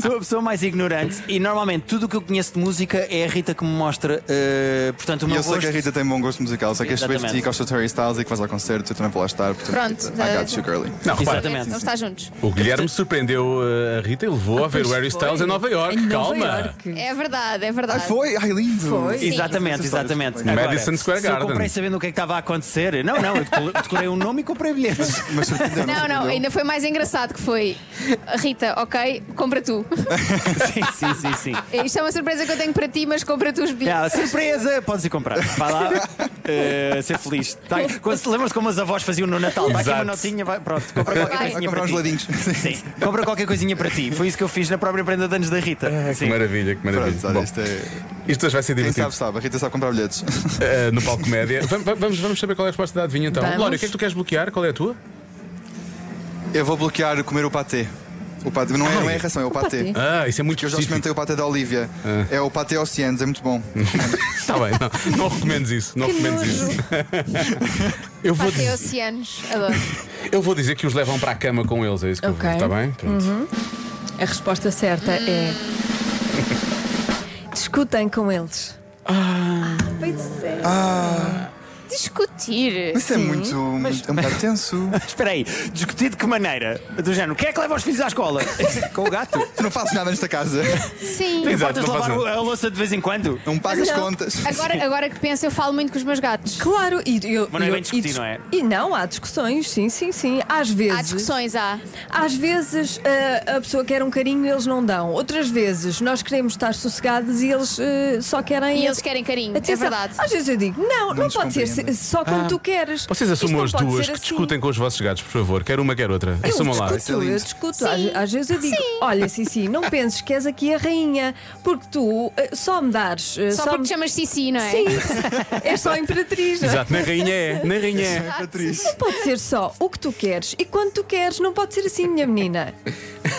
Speaker 8: sou a pessoa mais ignorante e normalmente tudo o que eu conheço de música é a Rita que me mostra. ah, portanto, o
Speaker 4: E
Speaker 8: meu
Speaker 4: eu sei que a
Speaker 8: gosto.
Speaker 4: Rita tem um bom gosto musical, sei que este
Speaker 8: Exatamente.
Speaker 4: Betty gosta de Harry Styles e que vais ao concerto, eu também vou lá estar. Portanto,
Speaker 11: Pronto,
Speaker 4: I got you, girly.
Speaker 1: Não, repara,
Speaker 8: [LAUGHS] Exatamente.
Speaker 11: Não está juntos.
Speaker 1: o Guilherme surpreendeu eh, a Rita e levou a ver o Harry Styles em Nova York.
Speaker 2: Ah, Em Nova
Speaker 1: Calma.
Speaker 2: Iorque.
Speaker 11: É verdade, é
Speaker 4: Ai,
Speaker 11: verdade.
Speaker 4: Ah, foi? Ai, lindo!
Speaker 2: Foi. Sim.
Speaker 8: Exatamente, exatamente.
Speaker 4: No
Speaker 1: Madison
Speaker 8: é.
Speaker 1: Square
Speaker 8: se
Speaker 1: Garden.
Speaker 8: Eu comprei sabendo o que é que estava a acontecer. Não, não, eu decol- decorei um nome e comprei bilhetes.
Speaker 4: [LAUGHS] Mas surpreendeu,
Speaker 11: Não, não,
Speaker 4: surpreendeu.
Speaker 11: ainda foi mais engraçado que foi. Rita, ok, compra tu.
Speaker 8: sim, sim, sim, sim.
Speaker 11: Isto é uma surpresa que eu tenho para ti, mas compra tu os bilhetes.
Speaker 8: Ah, surpresa! Podes ir comprar. Vai lá eh, ser feliz. Tá, quando- Lembras-te como as avós faziam no Natal? Vai aqui uma
Speaker 1: Exato.
Speaker 8: notinha, vai, pronto, compra qualquer
Speaker 11: Vai.
Speaker 4: Vai comprar
Speaker 8: coisinha para
Speaker 4: uns
Speaker 8: ti.
Speaker 4: ladinhos. Sim.
Speaker 8: Sim, compra qualquer coisinha para ti. Foi isso que eu fiz na própria prenda de anos da Rita.
Speaker 1: Que
Speaker 8: Sim.
Speaker 1: maravilha, que maravilha.
Speaker 4: Pronto, olha,
Speaker 1: Bom,
Speaker 4: isto é.
Speaker 1: isto hoje vai ser
Speaker 4: Quem
Speaker 1: divertido
Speaker 4: sabe, sabe. A Rita sabe comprar bilhetes.
Speaker 1: eh,
Speaker 4: [LAUGHS]
Speaker 1: no palco comédia. Vam- vam- Vamos, vamos saber qual é a resposta da adivinha então.
Speaker 2: Vamos.
Speaker 1: Glória, o que é que tu queres bloquear? Qual é a tua?
Speaker 4: Eu vou bloquear comer o patê. O patê. Não, é, não é a ração, é o patê.
Speaker 1: Ah, isso é muito
Speaker 4: Eu já
Speaker 1: específico. Ah.
Speaker 4: experimentei o patê da Olivia. É o patê Oceanos, é muito bom.
Speaker 1: Hum. Está Tá bem, não, não recomendes isso. Não
Speaker 11: Que
Speaker 1: recomendes isso.
Speaker 2: [LAUGHS]
Speaker 11: nojo.
Speaker 1: Eu vou,
Speaker 11: Patê
Speaker 1: dizer,
Speaker 11: oceanos. Adoro.
Speaker 1: eu vou dizer que os levam para a cama com eles, é isso que
Speaker 2: Ok.
Speaker 1: eu vou. Está bem? Pronto.
Speaker 2: Uhum. A resposta certa
Speaker 11: [LAUGHS]
Speaker 2: é. Discutem com eles. Ah,
Speaker 4: Ah, [LAUGHS]
Speaker 11: Discutir.
Speaker 4: isso é muito. muito- é um
Speaker 2: [LAUGHS]
Speaker 4: bocado tenso.
Speaker 8: Espera aí, discutir de que maneira? Do género, quem é que leva os filhos à escola?
Speaker 4: [LAUGHS] Com o gato? Tu não fazes nada nesta casa.
Speaker 11: Sim.
Speaker 8: Tu
Speaker 4: Exato,
Speaker 8: importas de
Speaker 4: não
Speaker 8: lavar
Speaker 4: faz
Speaker 8: o- a louça de vez em quando?
Speaker 4: Não pagas
Speaker 11: Não.
Speaker 2: Ah,
Speaker 4: [LAUGHS] contas.
Speaker 11: Agora, agora que penso, eu falo muito com os meus gatos.
Speaker 2: Claro, e eu.
Speaker 8: Mas não é
Speaker 2: eu-
Speaker 8: bem discutir,
Speaker 2: e dis-
Speaker 8: não é?
Speaker 2: E não, há discussões, sim, sim, sim. Às vezes.
Speaker 11: Há discussões, há.
Speaker 2: Às vezes ah, a pessoa quer um carinho e eles não dão. Outras vezes nós queremos estar sossegados e eles ah, só querem.
Speaker 11: E eles querem carinho, é
Speaker 2: Atenção.
Speaker 11: verdade.
Speaker 2: Às vezes eu digo, não, não,
Speaker 4: nos
Speaker 2: pode ser se-
Speaker 4: compreendem.
Speaker 2: só quando tu queres.
Speaker 1: Vocês assumam as
Speaker 2: Isto não pode
Speaker 1: duas
Speaker 2: ser
Speaker 1: que
Speaker 2: assim.
Speaker 1: discutem com os vossos gatos, por favor, quer uma, quer outra.
Speaker 2: Eu
Speaker 1: Assumam
Speaker 4: Isso
Speaker 1: lá.
Speaker 4: é
Speaker 2: discuto,
Speaker 4: lindo.
Speaker 2: eu discuto. Às, às vezes eu digo, olha, Sissi, não penses que és aqui a rainha, porque tu eh, só me dares. eh,
Speaker 11: Só porque te chamas Cici, não é?
Speaker 2: Sim, és só imperatriz. não é?
Speaker 1: Exato, na rainha é, na rainha é.
Speaker 4: Patrícia.
Speaker 2: Pode ser só o que tu queres e quando tu queres, não pode ser assim, minha menina.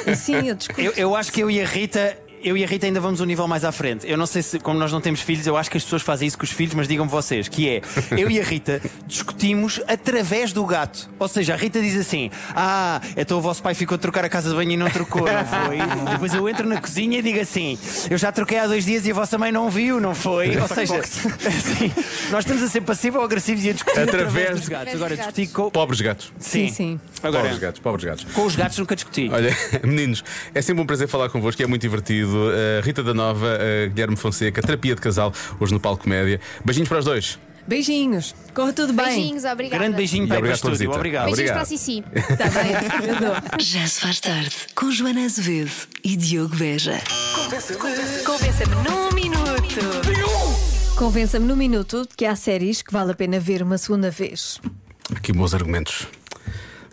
Speaker 2: Assim eu discuto.
Speaker 8: Eu, eu acho que eu e a Rita. Eu e a Rita ainda vamos um nível mais à frente. Eu não sei se, como nós não temos filhos, eu acho que as pessoas fazem isso com os filhos, mas digam-me vocês, que
Speaker 12: [LAUGHS]
Speaker 8: é, eu e a Rita discutimos através do gato. Ou seja, a Rita diz assim, ah, então o vosso pai ficou a trocar a casa de banho e não trocou, não
Speaker 12: [LAUGHS]
Speaker 8: foi? Depois eu entro na cozinha e digo assim, eu já troquei há dois dias e a vossa mãe não viu, não foi? Ou seja, [LAUGHS] assim, nós estamos a ser passivos ou agressivos e a discutir através,
Speaker 1: Através
Speaker 8: dos gatos.
Speaker 11: dos
Speaker 8: Agora,
Speaker 11: gatos.
Speaker 8: discutir com...
Speaker 1: Pobres gatos.
Speaker 8: Sim,
Speaker 2: sim.
Speaker 8: Agora,
Speaker 1: Pobres gatos, pobres gatos.
Speaker 8: com os gatos nunca discuti.
Speaker 1: Olha, [LAUGHS] meninos, é sempre um prazer falar convosco, é muito divertido. Uh, Rita da Nova, uh, Guilherme Fonseca, terapia de casal, hoje no Palco Média. Beijinhos para os dois.
Speaker 2: Beijinhos, corre tudo bem.
Speaker 11: Beijinhos, obrigada.
Speaker 8: Grande beijinho
Speaker 1: E
Speaker 8: para aí para o
Speaker 1: obrigado pela
Speaker 8: estúdio. Obrigado.
Speaker 1: visita.
Speaker 11: Beijinhos para
Speaker 1: Obrigado.
Speaker 11: a Cici.
Speaker 2: Está Tá bem, eu dou.
Speaker 3: Já se faz tarde com Joana Azevedo e Diogo Veja. Convença-me num minuto.
Speaker 2: Convença-me num minuto de que há séries que vale a pena ver uma segunda vez.
Speaker 1: Aqui bons argumentos.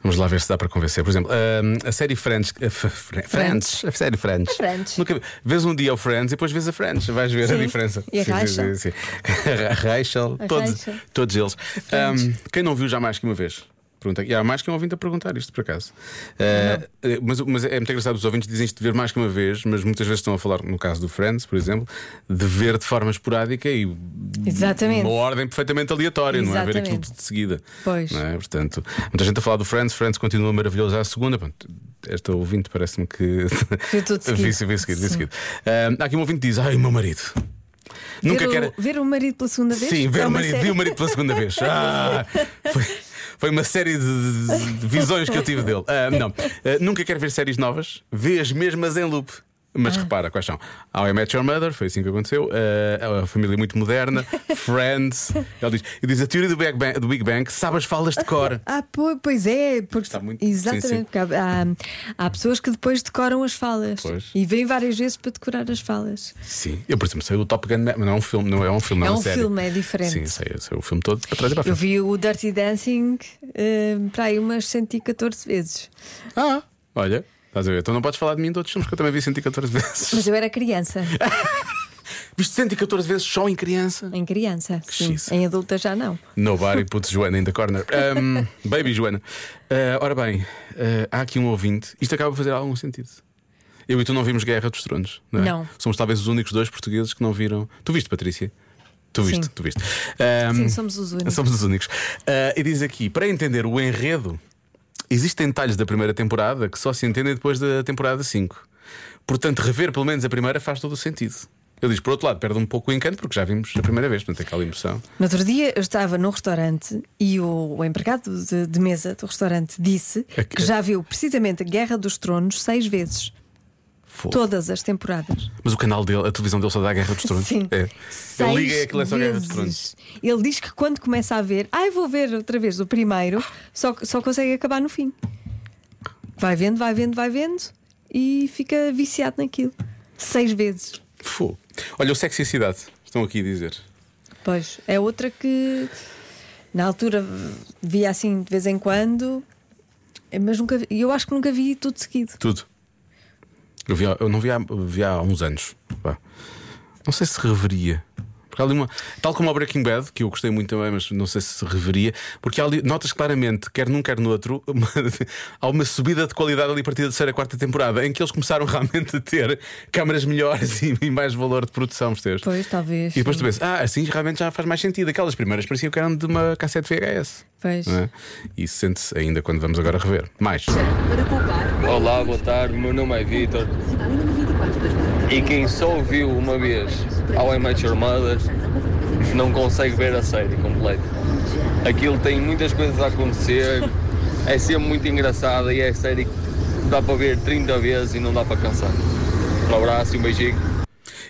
Speaker 1: Vamos lá ver se dá para convencer. Por exemplo, hum, a série Friends. a f- fr- Friends. A série Friends.
Speaker 2: A Friends.
Speaker 1: Nunca, vês um dia o Friends e depois vês a Friends. Vais ver a
Speaker 2: Sim.
Speaker 1: diferença.
Speaker 2: E a Rachel.
Speaker 1: sim, [LAUGHS] A Rachel.
Speaker 2: A
Speaker 1: todos,
Speaker 2: Rachel.
Speaker 1: todos eles. Hum, quem não viu já mais que uma vez? Pergunta. E há mais que um ouvinte a perguntar isto, por acaso. Uh, eh, mas, mas é muito engraçado, os ouvintes dizem isto de ver mais que uma vez, mas muitas vezes estão a falar, no caso do Friends, por exemplo, de ver de forma esporádica e
Speaker 2: Exatamente.
Speaker 1: uma ordem perfeitamente aleatória, não é? Ver aquilo
Speaker 2: Exatamente.
Speaker 1: tudo de seguida.
Speaker 2: Pois.
Speaker 1: Não é? Portanto, muita gente a falar do Friends, Friends continua maravilhoso à segunda. Pronto, esta ouvinte parece-me que.
Speaker 2: Viu tudo
Speaker 1: [LAUGHS]
Speaker 2: seguido.
Speaker 1: vi, vi seguido, vi seguido. Ah, há aqui um ouvinte que diz: Ai, o meu marido. Nunca
Speaker 2: ver, o,
Speaker 1: quer.
Speaker 2: ver o marido pela segunda vez?
Speaker 1: Sim, ver
Speaker 2: É
Speaker 1: o
Speaker 2: uma
Speaker 1: marido,
Speaker 2: série-
Speaker 1: vi o marido pela
Speaker 2: [LAUGHS]
Speaker 1: segunda vez. Ah, foi, foi uma série de, de- de visões que eu tive dele. Ah, não, Ah, nunca quero ver séries novas, vê as mesmas em loop. Mas
Speaker 2: Ah.
Speaker 1: repara, quais são? How I Met Your Mother, foi assim que aconteceu. Ah, a família muito
Speaker 2: [LAUGHS]
Speaker 1: moderna, Friends. Ele diz, ele diz a teoria do Big Bang, do Big Bang sabe as falas de
Speaker 2: [LAUGHS]
Speaker 1: cor.
Speaker 2: Ah, po- pois é, porque
Speaker 1: Está muito-
Speaker 2: exatamente
Speaker 1: sim, sim.
Speaker 2: porque há, há- há pessoas que depois decoram as falas
Speaker 1: Pois.
Speaker 2: e vêm várias vezes para decorar as falas.
Speaker 1: Sim, eu por exemplo sei o Top Gun, mas não é um filme, não é um filme, não
Speaker 2: É
Speaker 1: uma
Speaker 2: um
Speaker 1: série.
Speaker 2: filme, é diferente.
Speaker 1: Sim, sei, sei o filme todo para trás e para a
Speaker 2: Eu
Speaker 1: frente.
Speaker 2: vi o Dirty Dancing eh, para aí umas 114 vezes,
Speaker 1: Ah, olha, estás a ver? Então não podes falar de mim e de outros filmes que eu também vi 114 vezes.
Speaker 2: mas eu era
Speaker 1: [LAUGHS]
Speaker 2: criança,
Speaker 1: Viste 114 vezes só em criança.
Speaker 2: em criança, sim.
Speaker 1: xisa.
Speaker 2: em adulta já não.
Speaker 1: Nobody puts Joana in the corner. Um, baby Joana. Uh, ora bem, uh, há aqui um ouvinte. Isto acaba de fazer algum sentido. Eu e tu não vimos Guerra dos Tronos, não é?
Speaker 2: Não.
Speaker 1: Somos talvez os únicos dois portugueses que não viram. Tu viste, Patrícia? Tu viste,
Speaker 2: Sim.
Speaker 1: tu viste.
Speaker 2: Sim,
Speaker 1: Um,
Speaker 2: somos os únicos.
Speaker 1: Somos os únicos. Ah, e diz aqui: para entender o enredo, existem detalhes da primeira temporada que só se entendem depois da temporada 5. Portanto, rever pelo menos a primeira faz todo o sentido. Ele diz, por outro lado, perde um pouco o encanto porque já vimos a primeira vez, portanto, é aquela emoção.
Speaker 2: No outro dia eu estava num restaurante e o, o empregado de, de mesa do restaurante disse
Speaker 1: É que-
Speaker 2: que já viu precisamente a Guerra dos Tronos seis vezes,
Speaker 1: Fogo.
Speaker 2: todas as temporadas.
Speaker 1: Mas o canal dele, a televisão dele só dá a Guerra dos Tronos.
Speaker 2: Sim.
Speaker 1: É.
Speaker 2: Seis
Speaker 1: Ele liga e aquilo é só Guerra dos
Speaker 2: vezes.
Speaker 1: Tronos.
Speaker 2: Ele diz que quando começa a ver, ai, vou ver outra vez o primeiro, só, só consegue acabar no fim. Vai vendo, vai vendo, vai vendo e fica viciado naquilo. Seis vezes.
Speaker 1: Fogo. Olha, o sexy e a cidade, estão aqui a dizer.
Speaker 2: Pois, é outra que na altura via assim de vez em quando, mas nunca vi- eu acho que nunca vi tudo seguido.
Speaker 1: Tudo. Eu, vi, há- eu não vi há, vi há uns anos. Vá. Não sei se reveria. Por Porque há ali uma, tal como o Breaking Bad, que eu gostei muito também, mas não sei se se reveria, porque há ali, notas claramente, quer num, quer no outro, uma- [LAUGHS] há uma subida de qualidade ali a partir da terceira, quarta temporada, em que eles começaram [LAUGHS] realmente a ter câmaras melhores e, e mais valor de produção, percebes?
Speaker 2: Pois, talvez.
Speaker 1: E depois tu
Speaker 2: sim.
Speaker 1: pensas, ah, assim realmente já faz mais sentido. Aquelas primeiras pareciam que eram de uma cassete VHS.
Speaker 2: Pois.
Speaker 1: não é? E isso sente-se ainda quando vamos agora rever. Mais.
Speaker 13: Olá, boa tarde, meu nome é Vitor. E quem só ouviu uma vez How I Met Your Mother não consegue ver a série completa. Aquilo tem muitas coisas a acontecer, é sempre muito engraçada e é série que dá para ver 30 vezes e não dá para cansar. Um abraço e um beijinho.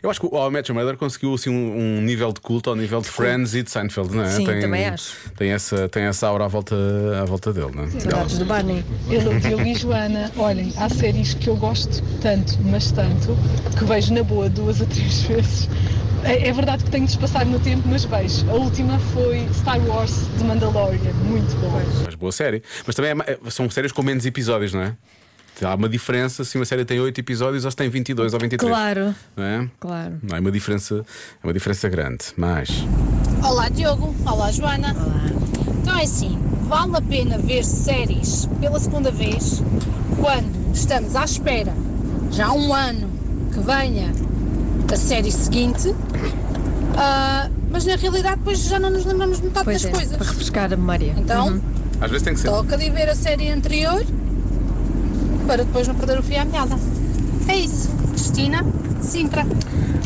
Speaker 1: Eu acho que o How I Met Your Mother conseguiu assim, um, um nível de culto ao nível de Friends e de Seinfeld, não é?
Speaker 2: Sim, também acho.
Speaker 1: Tem essa, tem essa aura à volta, à volta dele, não é?
Speaker 2: Saudades do Barney.
Speaker 14: Eu e Joana, olhem, há séries que eu gosto tanto, mas tanto, que vejo na boa duas a três vezes. É, é verdade que tenho de passar no tempo, mas vejo. A última foi Star Wars de Mandalorian, muito bom.
Speaker 1: Mas boa série. Mas também é ma- é- são séries com menos episódios, não é? Há uma diferença se uma série tem 8 episódios ou se tem 22 ou 23.
Speaker 15: Claro.
Speaker 1: Não é?
Speaker 15: Claro.
Speaker 1: Não, é uma diferença, é uma diferença grande. Mas.
Speaker 15: [LAUGHS] Olá Diogo, olá Joana. Então é assim, vale a pena ver séries pela segunda vez quando estamos à espera já há um ano que venha a série seguinte, ah, mas na realidade depois já não nos lembramos metade
Speaker 2: Pois
Speaker 15: das
Speaker 2: é,
Speaker 15: coisas.
Speaker 2: para refrescar a memória.
Speaker 15: Então,
Speaker 1: Às vezes tem que ser.
Speaker 15: toca de ver a série anterior para depois não perder o fio à meada. É isso, Cristina Sintra.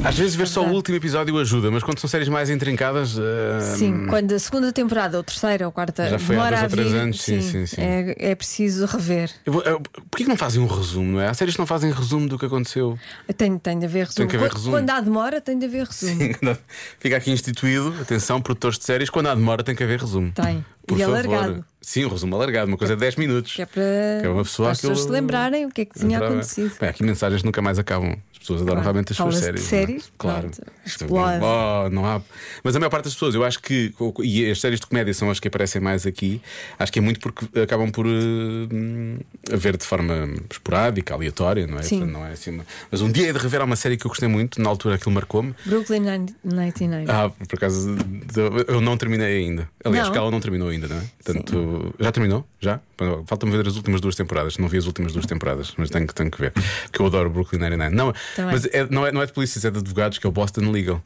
Speaker 1: Às vezes ver só o último episódio ajuda, mas quando são séries mais intrincadas. eh,
Speaker 2: Sim, quando a segunda temporada, ou terceira, ou quarta,
Speaker 1: Já foi há
Speaker 2: demora
Speaker 1: dois
Speaker 2: a
Speaker 1: ou três
Speaker 2: vir,
Speaker 1: anos, sim, sim, sim.
Speaker 2: É, é preciso rever.
Speaker 1: eu vou- eu- Porquê que não fazem um resumo, não é? Há séries que não fazem resumo do que aconteceu.
Speaker 2: Tem, tem de haver resumo.
Speaker 1: Tem que haver
Speaker 2: Quando-
Speaker 1: resumo.
Speaker 2: Quando há demora, tem de haver resumo.
Speaker 1: [LAUGHS] Fica aqui instituído, atenção, produtores de séries, quando há demora tem que haver resumo.
Speaker 2: Tem.
Speaker 1: Por
Speaker 2: e
Speaker 1: favor.
Speaker 2: alargado.
Speaker 1: Sim, um resumo alargado, uma coisa de 10 minutos.
Speaker 2: Que é para,
Speaker 1: Que é uma pessoa
Speaker 2: para as pessoas
Speaker 1: aquilo-
Speaker 2: se lembrarem o que é que tinha
Speaker 1: Entrava-
Speaker 2: acontecido.
Speaker 1: Bem, aqui mensagens nunca mais acabam. As pessoas adoram
Speaker 2: Claro.
Speaker 1: realmente as suas
Speaker 2: Fala-se de
Speaker 1: séries. não é?
Speaker 2: séries,
Speaker 1: Claro.
Speaker 2: pronto.
Speaker 1: Isto-
Speaker 2: Explode.
Speaker 1: Oh, não há... Mas a maior parte das pessoas, eu acho que, e as séries de comédia são as que aparecem mais aqui, acho que é muito porque acabam por eh, ver de forma esporádica, aleatória, não é?
Speaker 2: Sim.
Speaker 1: Portanto, Não é assim uma- Mas um dia hei de rever há uma série que eu gostei muito, na altura aquilo marcou-me.
Speaker 2: Brooklyn Nine- 99.
Speaker 1: Ah, por acaso de- eu não terminei ainda. Aliás,
Speaker 2: Não.
Speaker 1: porque ela não terminou ainda, não é? Portanto, já terminou? Já? Pronto, Falta-me ver as últimas duas temporadas. Não vi as últimas duas temporadas, mas tenho, que- tenho que ver. Porque eu adoro Brooklyn Nine-Nine. Não,
Speaker 2: Também.
Speaker 1: mas é- não, é, não é de polícias, é de advogados, que é o Boston Legal.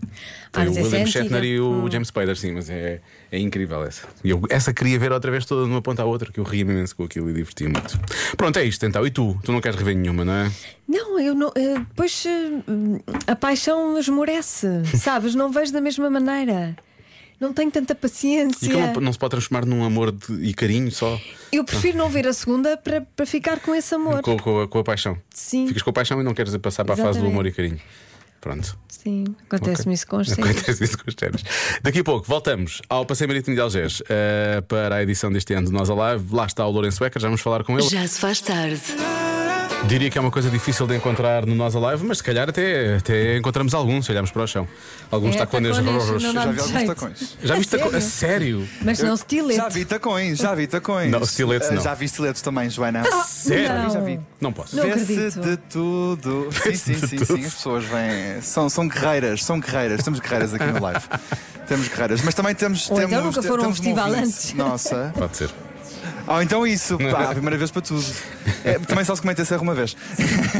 Speaker 1: Tem
Speaker 2: mas
Speaker 1: o
Speaker 2: essa é
Speaker 1: William
Speaker 2: antiga.
Speaker 1: Shatner e o
Speaker 2: Hum.
Speaker 1: James Spader, sim, mas é, é incrível essa. E eu- essa queria ver outra vez toda de uma ponta à outra, que eu ria imenso com aquilo e divertia muito. Pronto, é isto então. E tu? Tu não queres rever nenhuma, não é?
Speaker 2: Não, eu não. eh, Depois eh, a paixão
Speaker 1: [LAUGHS]
Speaker 2: esmorece, sabes? Não vejo da mesma maneira. Não tenho tanta
Speaker 1: E
Speaker 2: paciência.
Speaker 1: que não, não se pode transformar num amor de- e carinho só
Speaker 2: Eu prefiro não ver a segunda para, para ficar com esse amor.
Speaker 1: com, com a, com a paixão.
Speaker 2: Sim,
Speaker 1: Ficas com a paixão e não queres passar para a fase do
Speaker 2: Exatamente.
Speaker 1: amor e carinho. Pronto.
Speaker 2: sim. Acontece-me isso
Speaker 1: [LAUGHS]
Speaker 2: com as séries.
Speaker 1: Acontece isso com os ténis. Daqui a pouco voltamos ao Passeio Marítimo de Algés eh, para a edição deste ano de Nós Alive. Lá está o Lourenço Becker, já vamos falar com ele.
Speaker 3: Já se faz tarde.
Speaker 1: Diria que é uma coisa difícil de encontrar no Nós Alive, mas se calhar até, até encontramos alguns, se olharmos para o chão. Alguns
Speaker 2: É,
Speaker 1: tacones
Speaker 2: tacones,
Speaker 1: roxos.
Speaker 2: não dá Já vi alguns jeito. tacões.
Speaker 1: Já
Speaker 2: A
Speaker 1: viste taco-
Speaker 2: sério?
Speaker 1: A sério?
Speaker 2: Mas não estilete.
Speaker 4: Já vi tacões, já vi tacões.
Speaker 1: Não, estiletes
Speaker 4: Ah,
Speaker 1: não.
Speaker 4: Já vi estiletes também, Joana.
Speaker 1: A sério?
Speaker 4: Já vi, já vi.
Speaker 1: Não posso.
Speaker 2: Ah, Não
Speaker 4: Vê-se
Speaker 2: acredito.
Speaker 4: de tudo. Sim, sim, sim, sim, As pessoas vêm. São, são guerreiras, são guerreiras. Temos guerreiras aqui no
Speaker 1: [LAUGHS]
Speaker 4: live. Temos guerreiras. Mas também temos.
Speaker 2: Ou então
Speaker 4: temos
Speaker 2: nunca foram a um
Speaker 4: temos
Speaker 2: festival
Speaker 4: ouvinte.
Speaker 2: antes. [LAUGHS]
Speaker 4: Nossa.
Speaker 1: Pode ser.
Speaker 4: Ou então isso, pá, a primeira vez para tudo. É, também só se comenta essa uma vez.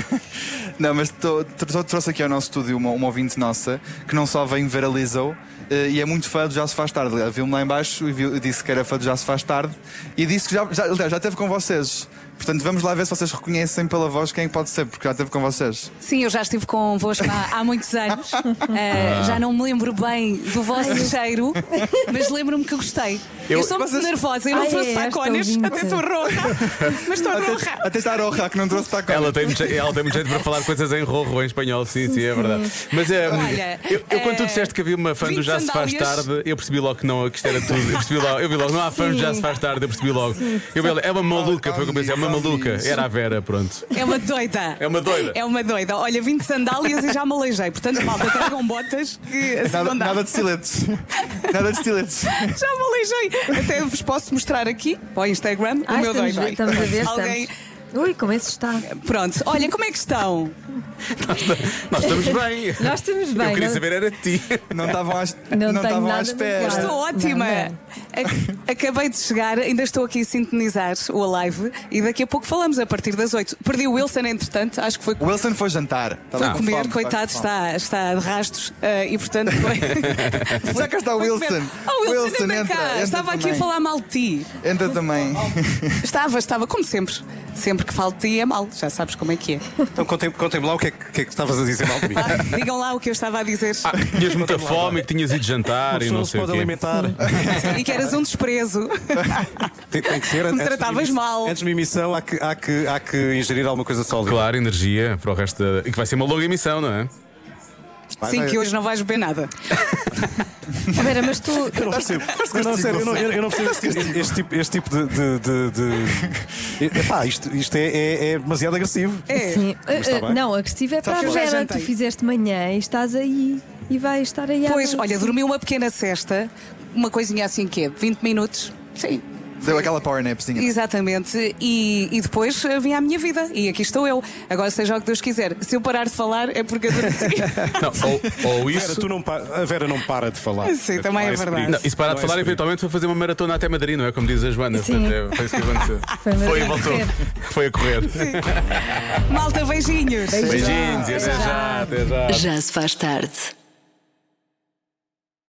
Speaker 4: [LAUGHS] não, mas tô- trou- trouxe aqui ao nosso estúdio uma, uma ouvinte nossa que não só vem ver a Lizzo eh, e é muito fã do Já Se Faz Tarde. Ela Viu-me lá embaixo e viu- disse que era fã do Já Se Faz Tarde e disse que já, já, aliás, já teve com vocês. Portanto, vamos lá ver se vocês reconhecem pela voz quem é pode ser, porque já teve com vocês.
Speaker 16: Sim, eu já estive convosco há, há muitos [LAUGHS] anos. Eh,
Speaker 4: Ah.
Speaker 16: Já não me lembro bem do vosso cheiro, mas lembro-me que gostei. Eu,
Speaker 4: Eu-
Speaker 16: sou muito
Speaker 4: Vocês-
Speaker 16: nervosa, eu não
Speaker 4: Ai,
Speaker 16: trouxe
Speaker 4: é,
Speaker 16: tacones,
Speaker 4: esta
Speaker 16: até estou rouca. Mas estou rouca.
Speaker 4: Até está a Roja, que não trouxe tacões.
Speaker 1: Ela tem, muito, je- ela tem muito jeito para falar coisas em rorro, em espanhol, sim, sim, é verdade. Mas é.
Speaker 16: Olha,
Speaker 1: eu, eu, quando tu
Speaker 16: eh,
Speaker 1: disseste que havia uma fã do
Speaker 16: 20
Speaker 1: Já Se Faz
Speaker 16: sandálias.
Speaker 1: Tarde, eu percebi logo que não, que isto era tudo. Eu percebi logo, eu vi logo, não há fã do
Speaker 16: Sim.
Speaker 1: Já Se Faz Tarde, eu percebi logo.
Speaker 16: Sim.
Speaker 1: Eu vi, ela, é uma maluca, foi o que eu pensei, é uma maluca. Era a Vera, pronto.
Speaker 16: É uma doida.
Speaker 1: É uma doida.
Speaker 16: É uma doida. Olha, 20 sandálias e já me aleijei. Portanto, malta, tragam botas que assim
Speaker 4: Nada,
Speaker 16: não dá.
Speaker 4: nada de estiletes. [LAUGHS] Nada de estiletes.
Speaker 16: Já me aleijei. Até vos posso mostrar aqui para o Instagram
Speaker 2: Ah,
Speaker 16: o meu
Speaker 2: estamos,
Speaker 16: doido.
Speaker 2: a- estamos a ver,
Speaker 16: Alguém...
Speaker 2: estamos. Ui, como esse está.
Speaker 16: Pronto, olha, como é que estão?
Speaker 1: Nós, ta- nós estamos
Speaker 16: [LAUGHS]
Speaker 1: bem.
Speaker 2: Nós estamos
Speaker 1: Eu
Speaker 2: bem,
Speaker 1: queria
Speaker 2: não-
Speaker 1: saber, era de ti.
Speaker 4: Não estavam à,
Speaker 2: Não não tenho estavam à nada de espera.
Speaker 16: Eu
Speaker 2: claro.
Speaker 16: estou ótima.
Speaker 2: Não, não.
Speaker 16: Ac- Acabei de chegar, ainda estou aqui a sintonizar o Alive e daqui a pouco falamos a partir das 8. Perdi o Wilson, entretanto, acho que foi
Speaker 4: O Wilson foi jantar. Estava
Speaker 16: Foi
Speaker 4: com
Speaker 16: comer,
Speaker 4: fome, tá
Speaker 16: coitado,
Speaker 4: estava
Speaker 16: está, está de rastos eh,
Speaker 4: [LAUGHS]
Speaker 16: e portanto
Speaker 4: com
Speaker 16: foi.
Speaker 4: fome. Já cá está o
Speaker 16: foi
Speaker 4: Wilson.
Speaker 16: comer. Oh, Wilson, anda cá.
Speaker 4: entra
Speaker 16: estava aqui a
Speaker 4: também.
Speaker 16: falar mal de ti.
Speaker 4: Entra também.
Speaker 16: Estava, estava, como sempre. Sempre que falo de ti é mal, já sabes como é que é.
Speaker 12: Então contem- contem-me lá o que é que, que é que estavas a dizer mal de mim.
Speaker 16: Digam lá o que eu estava a dizer.
Speaker 1: Tinhas muita fome, que tinhas ido jantar e não sei o quê.
Speaker 4: Ah.
Speaker 16: E que eras
Speaker 4: [LAUGHS]
Speaker 16: um desprezo.
Speaker 12: Tem, tem que ser.
Speaker 16: Me
Speaker 12: antes de
Speaker 16: tratavas
Speaker 12: emissão-
Speaker 16: mal.
Speaker 12: Antes de uma emissão há que, há, que, há que ingerir alguma coisa sólida.
Speaker 1: Claro, energia para o resto da... E que vai ser uma longa emissão, não é?
Speaker 16: Sim, que hoje não vais beber nada.
Speaker 2: Vera, mas tu.
Speaker 12: Não, não, sério, eu não, eu- eu não percebo este, este- este tipo, este tipo de. de, de, de- [LAUGHS] Epá, isto, isto é, é- é demasiado agressivo.
Speaker 2: Sim.
Speaker 12: Mas está
Speaker 2: Ah, ah,
Speaker 12: bem.
Speaker 2: não, a que estive é
Speaker 16: Está
Speaker 2: para a
Speaker 16: bom. Já
Speaker 2: Vera. Tu
Speaker 16: jantei.
Speaker 2: fizeste manhã e estás aí e vais estar aí à
Speaker 16: Pois,
Speaker 2: noite.
Speaker 16: olha, dormi uma pequena cesta, uma coisinha assim que é 20 minutos. Sim.
Speaker 4: Deu aquela power napzinha. tá
Speaker 16: Exatamente, e, e depois eh, vim à minha vida, e aqui estou eu. Agora, seja o que Deus quiser, se eu parar de falar é porque adormeci.
Speaker 2: [LAUGHS]
Speaker 1: Não, ou, ou isso.
Speaker 12: Vera, tu não pa- A Vera não para de falar.
Speaker 16: Sim, também é
Speaker 12: Não esse
Speaker 16: verdade.
Speaker 12: perigo.
Speaker 1: Não, e se parar
Speaker 12: Não
Speaker 1: de falar,
Speaker 12: é esse perigo.
Speaker 1: eventualmente foi fazer uma maratona até Madrid, não é? Como diz a Joana.
Speaker 16: Sim.
Speaker 1: Portanto, é- Foi isso que aconteceu.
Speaker 2: Foi uma
Speaker 1: Foi e
Speaker 2: grande
Speaker 1: voltou.
Speaker 2: rede.
Speaker 1: Foi a correr.
Speaker 16: Malta, beijinhos.
Speaker 1: Beijinhos, e até já, até já.
Speaker 3: Já se faz tarde.